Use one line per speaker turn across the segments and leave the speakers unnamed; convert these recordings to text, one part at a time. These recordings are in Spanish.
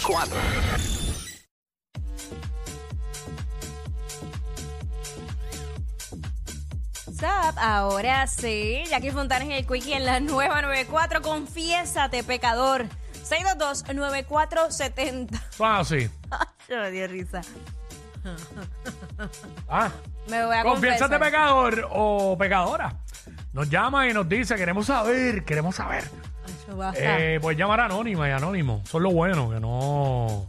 994.
WhatsApp. Ahora sí, Jackie Fontanes y el Quickie en la nueva 94. Confiésate, pecador. 622-9470.
Fácil.
Yo me dio risa.
Ah,
Me voy a
confiésate
confesar.
pecador o pecadora. Nos llama y nos dice, queremos saber, queremos saber.
Eso basta.
Eh, pues llamar anónima y anónimo. Son lo bueno, que no...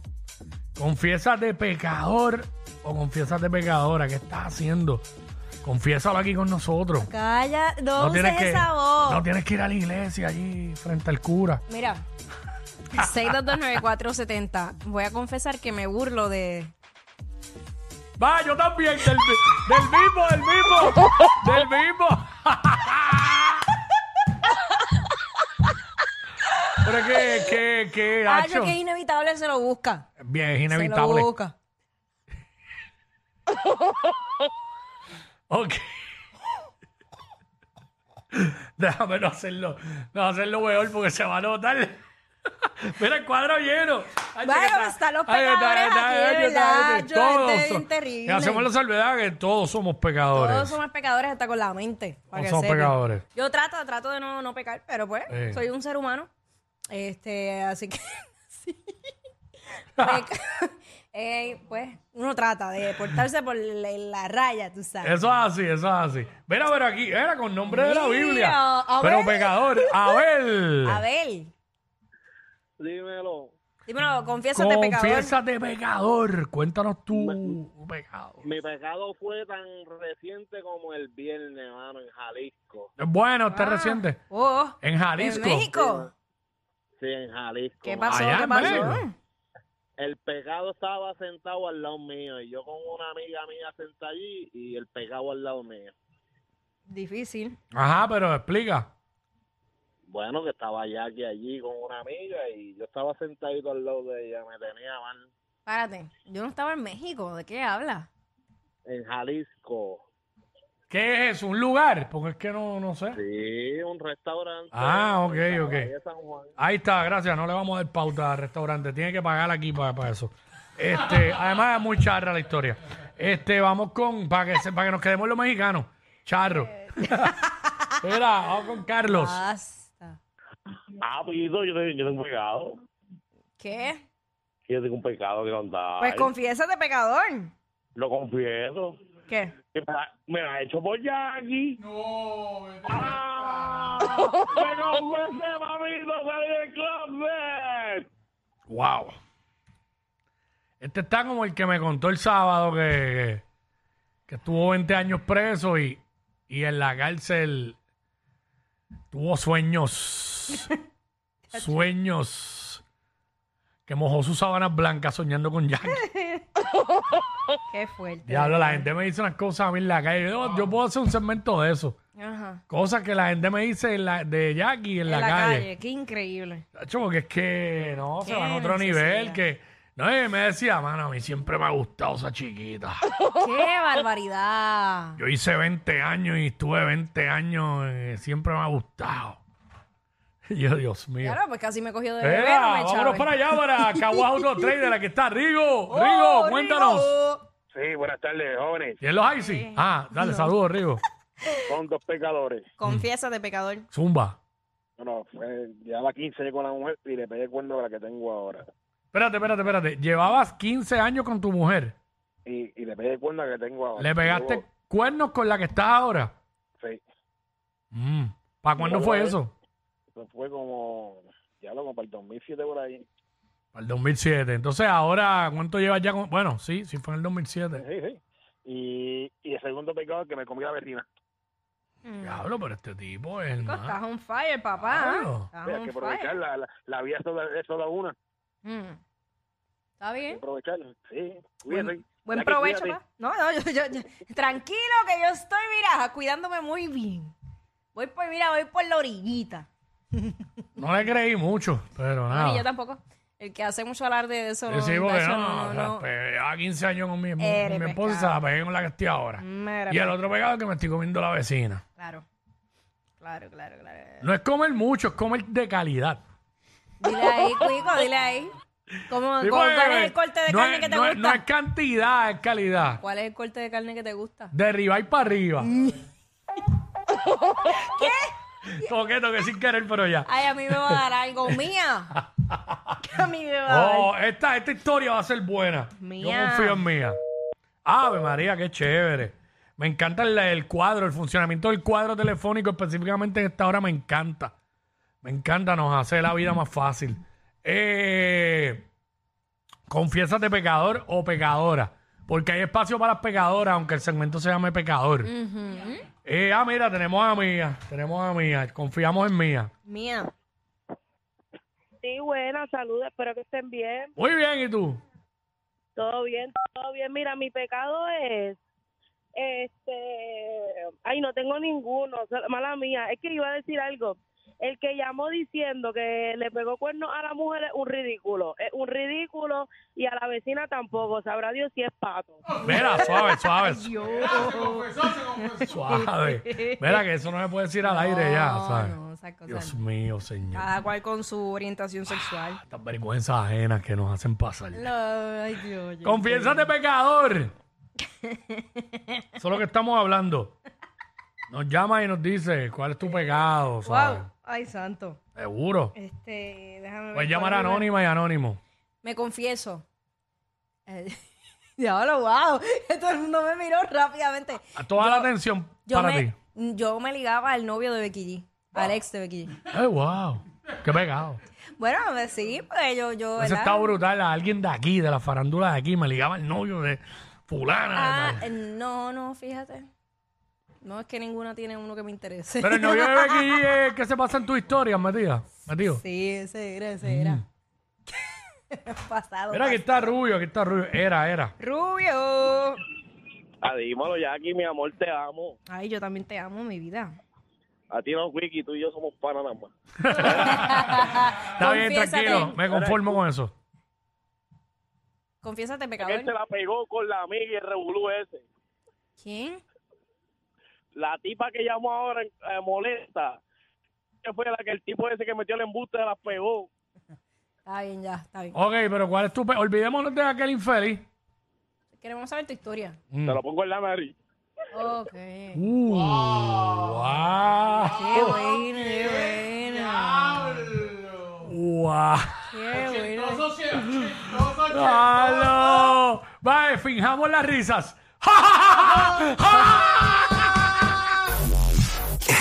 Confiésate pecador o confiésate pecadora. ¿Qué estás haciendo? Confiésalo aquí con nosotros.
Calla, no, uses
que,
esa voz.
no tienes que ir a la iglesia allí frente al cura.
Mira. 6229470. Voy a confesar que me burlo de.
Va, yo también, del, del mismo, del mismo, del mismo. Pero es que, que, que,
Ah,
hacho.
yo que es inevitable, se lo busca.
Bien, es
Se
inevitable.
lo busca.
Ok. Déjame no hacerlo, no hacerlo peor porque se va a notar. Mira el cuadro lleno. Ay,
Vaya,
chica,
están los
ay,
pecadores aquí, de
ay,
verdad.
ay,
Yo,
todos
gente bien
son-
terrible.
y hacemos la salvedad que todos somos pecadores.
Todos somos pecadores hasta con la mente. para
Todos
que
somos
sepan.
pecadores.
Yo trato, trato de no, no pecar, pero pues,
Sí.
soy un ser humano. Este, así que sí. Peca- eh, pues, uno trata de portarse por la, la raya, tú sabes.
Eso es así, eso es así. Mira, pero aquí, era con nombre de la
Mira,
Biblia.
Abel.
Pero pecador, Abel.
Abel,
Dímelo,
dímelo, confiésate, pecador.
Confiésate, pecador. Cuéntanos tu pecado.
mi pecado fue tan reciente como el viernes, mano, en Jalisco.
Bueno, está
Ah.
reciente.
Oh,
En Jalisco.
¿En México?
Sí, en Jalisco.
¿Qué
mano.
pasó?
Allá
¿Qué
en
pasó?
México.
El pecado estaba sentado al lado mío y yo con una amiga mía sentada allí y el pecado al lado mío.
Difícil.
Ajá, pero explica.
Bueno, que estaba Jackie allí con una amiga y yo estaba sentadito al lado de ella, me tenía mal.
Párate, yo no estaba en México, ¿de qué habla?
En Jalisco.
¿Qué es eso? ¿Un lugar? Porque es que no, no sé.
Sí, un restaurante.
Ah, ok,
en la
ok.
calle San Juan.
Ahí está, gracias. No le vamos a dar pauta al restaurante. Tiene que pagar aquí para, para eso. Este, además es muy charra la historia. Este, vamos con, para que, se- para que nos quedemos los mexicanos. Charro. Mira, vamos con Carlos.
Basta.
Ah, pues yo, yo, tengo- yo tengo un pecado.
¿Qué?
Yo tengo un pecado que contar.
Pues confiésate, pecador.
Lo confieso.
¿Qué?
Que me la- me la he hecho por Jackie. No, ¡Ah! ¡Me confesé, mamito! ¡Salí del closet!
Wow. Este está como el que me contó el sábado que, que estuvo 20 años preso y, y en la cárcel tuvo sueños. sueños. Que mojó sus sábanas blancas soñando con Jack.
Qué fuerte.
Diablo, la gente me dice unas cosas a mí en la calle. Yo, yo puedo hacer un segmento de eso.
Ajá.
Cosas que la gente me dice en la- de Jackie en,
En
la, calle.
Qué increíble.
Tacho, porque es que no, se
Qué
va a otro
necesidad.
nivel que. No, y me decía, mano, a mí siempre me ha gustado esa chiquita.
Qué barbaridad.
Yo hice 20 años y estuve 20 años, eh, siempre me ha gustado. Y yo, Dios mío.
Claro, pues casi me cogió de bebé.
Era,
no me
vámonos
echaba.
para allá, para Caguas Auto Trade, de la que está Rigo.
Oh,
Rigo, cuéntanos.
Rigo.
Sí, buenas tardes, jóvenes.
¿Quién los Icy?
Eh,
Ah, dale, saludos, Rigo.
Son dos pecadores.
Confiésate, pecador.
Zumba.
Bueno, fue, llevaba 15 años con la mujer y le pegué el cuerno a la que tengo ahora.
Espérate, espérate, espérate. Llevabas 15 años con tu mujer.
Y, y le pegué el cuerno a la que tengo ahora.
¿Le pegaste cuernos con la que estás ahora?
Sí.
Mm. ¿Para cuándo fue
Joder.
eso?
Eso fue como, ya lo como para el 2007 por ahí.
Para el 2007. Entonces, ahora, ¿cuánto llevas ya? Con... Bueno, sí, sí fue en el 2007.
Sí, sí. Y, y el segundo pecado es que me comí la vecina.
Diablo, pero este tipo es el
Mm. Chico,
más.
Estás on fire, papá.
Claro.
Estás
O sea,
on
hay que
fire.
aprovechar la, la, la vida es toda, es toda una.
Mm. Está
Hay que
bien.
aprovecharla. Sí, cuídate.
Buen, buen
Ya que
provecho,
cuídate.
pa. No, no, yo, yo- yo- Tranquilo, que yo estoy, mira, cuidándome muy bien. Voy por, mira, voy por la orillita.
No le creí mucho, pero
No, ni yo
nada.
tampoco. El que hace mucho alarde de eso.
Ah. Sí, sí,
de
porque
eso,
no, pues, o sea, pe- llevaba 15 años con mi, mi
Eres Mm,
esposa, se
pescado.
la pegué con la que estoy ahora.
Mira,
Y el otro pecado es que me estoy comiendo la vecina.
Claro. Claro, claro, claro.
No es comer mucho, es comer de calidad.
Dile ahí, Cuico, dile ahí. ¿Cómo, cómo-
Sí, porque,
¿Cuál pues, es el corte de
no
carne
es-
que te
no es-
gusta?
no es cantidad, es calidad.
¿Cuál es el corte de carne que te gusta?
De arriba y para arriba. ¿Qué? Toqué, toqué sin querer, pero ya.
Ay, a mí me va a dar algo mía. a mí me va a dar.
Oh, esta, esta historia va a ser buena. Yo
Mía.
confío en mía. Ave María, qué chévere. Me encanta el, el cuadro, el funcionamiento del cuadro telefónico, específicamente en esta hora, me encanta. Me encanta, nos hace la vida más fácil. Eh, confiésate pecador o pecadora, porque hay espacio para las pecadoras, aunque el segmento se llame pecador. Eh, ah, mira, tenemos a Mía, tenemos a Mía, confiamos en Mía.
Mía.
Sí, buenas, saludos, espero que estén bien.
Muy bien, ¿y tú?
Todo bien, todo bien. Mira, mi pecado es, este, ay, no tengo ninguno, so- mala mía, es que iba a decir algo. El que llamó diciendo que le pegó cuernos a la mujer es un ridículo, es un ridículo y a la vecina tampoco, sabrá Dios si es pato.
Mira, suave, suave. Suave. Mira que eso no se puede decir al aire ya,
No,
¿sabes?
no, Ah. esas cosas
Dios
no.
mío, señor.
Cada cual con su orientación sexual.
Estas vergüenzas ajenas que nos hacen pasar.
Ay, Dios. yo-
Confiésate, pecador. Eso es lo que estamos hablando. Nos llama y nos dice cuál es tu pecado, ¿sabes?
Eh, Wow. Ay, santo.
Seguro.
Este, déjame ver. cuál
Puedes llamar
es mi-
anónima y anónimo.
Me confieso. Eh, Diablo, wow. Todo el mundo me miró rápidamente.
A toda la atención
Yo
para
me,
ti.
yo me ligaba al novio de Becky G. Alex de Becky G.
Ay, Eh, wow. Qué pecado.
Bueno, pues sí, pues yo, yo,
Ese
¿verdad?
está brutal. A alguien de aquí, de la farándula de aquí, me ligaba el novio de fulana.
Ah, eh, no, no, fíjate. No es que ninguna tiene uno que me interese.
Pero el novio de Becky G es el que se pasa en tu historia, Matías. Matías.
Sí, ese era, ese era. Pasado.
Mm. Mira, aquí está Rubio, aquí está Rubio. Era, era.
Rubio.
Ah, dímelo, Jackie, mi amor, te amo.
Ay, yo también te amo, mi vida.
A ti no, Wiki, tú y yo somos panas nada más.
Está bien,
Confiésate.
tranquilo. Me conformo con eso.
Confiésate,
Él se
pecador.
la pegó con la amiga y el revolú ese.
¿Quién?
La tipa que llamó ahora eh, molesta, que fue la que el tipo ese que metió el embuste se la pegó.
Está bien, ya, está bien.
Ok, pero ¿cuál es tu pe- Olvidémonos de aquel infeliz.
Queremos saber tu historia.
Mm.
Te lo pongo en la nariz.
Ok.
Uh, wow.
Qué bueno, qué bueno.
Wow.
Qué bueno.
¡Halo! Vale, finjamos las risas. ¡Ja, ja, ja, ja! ¡Ja!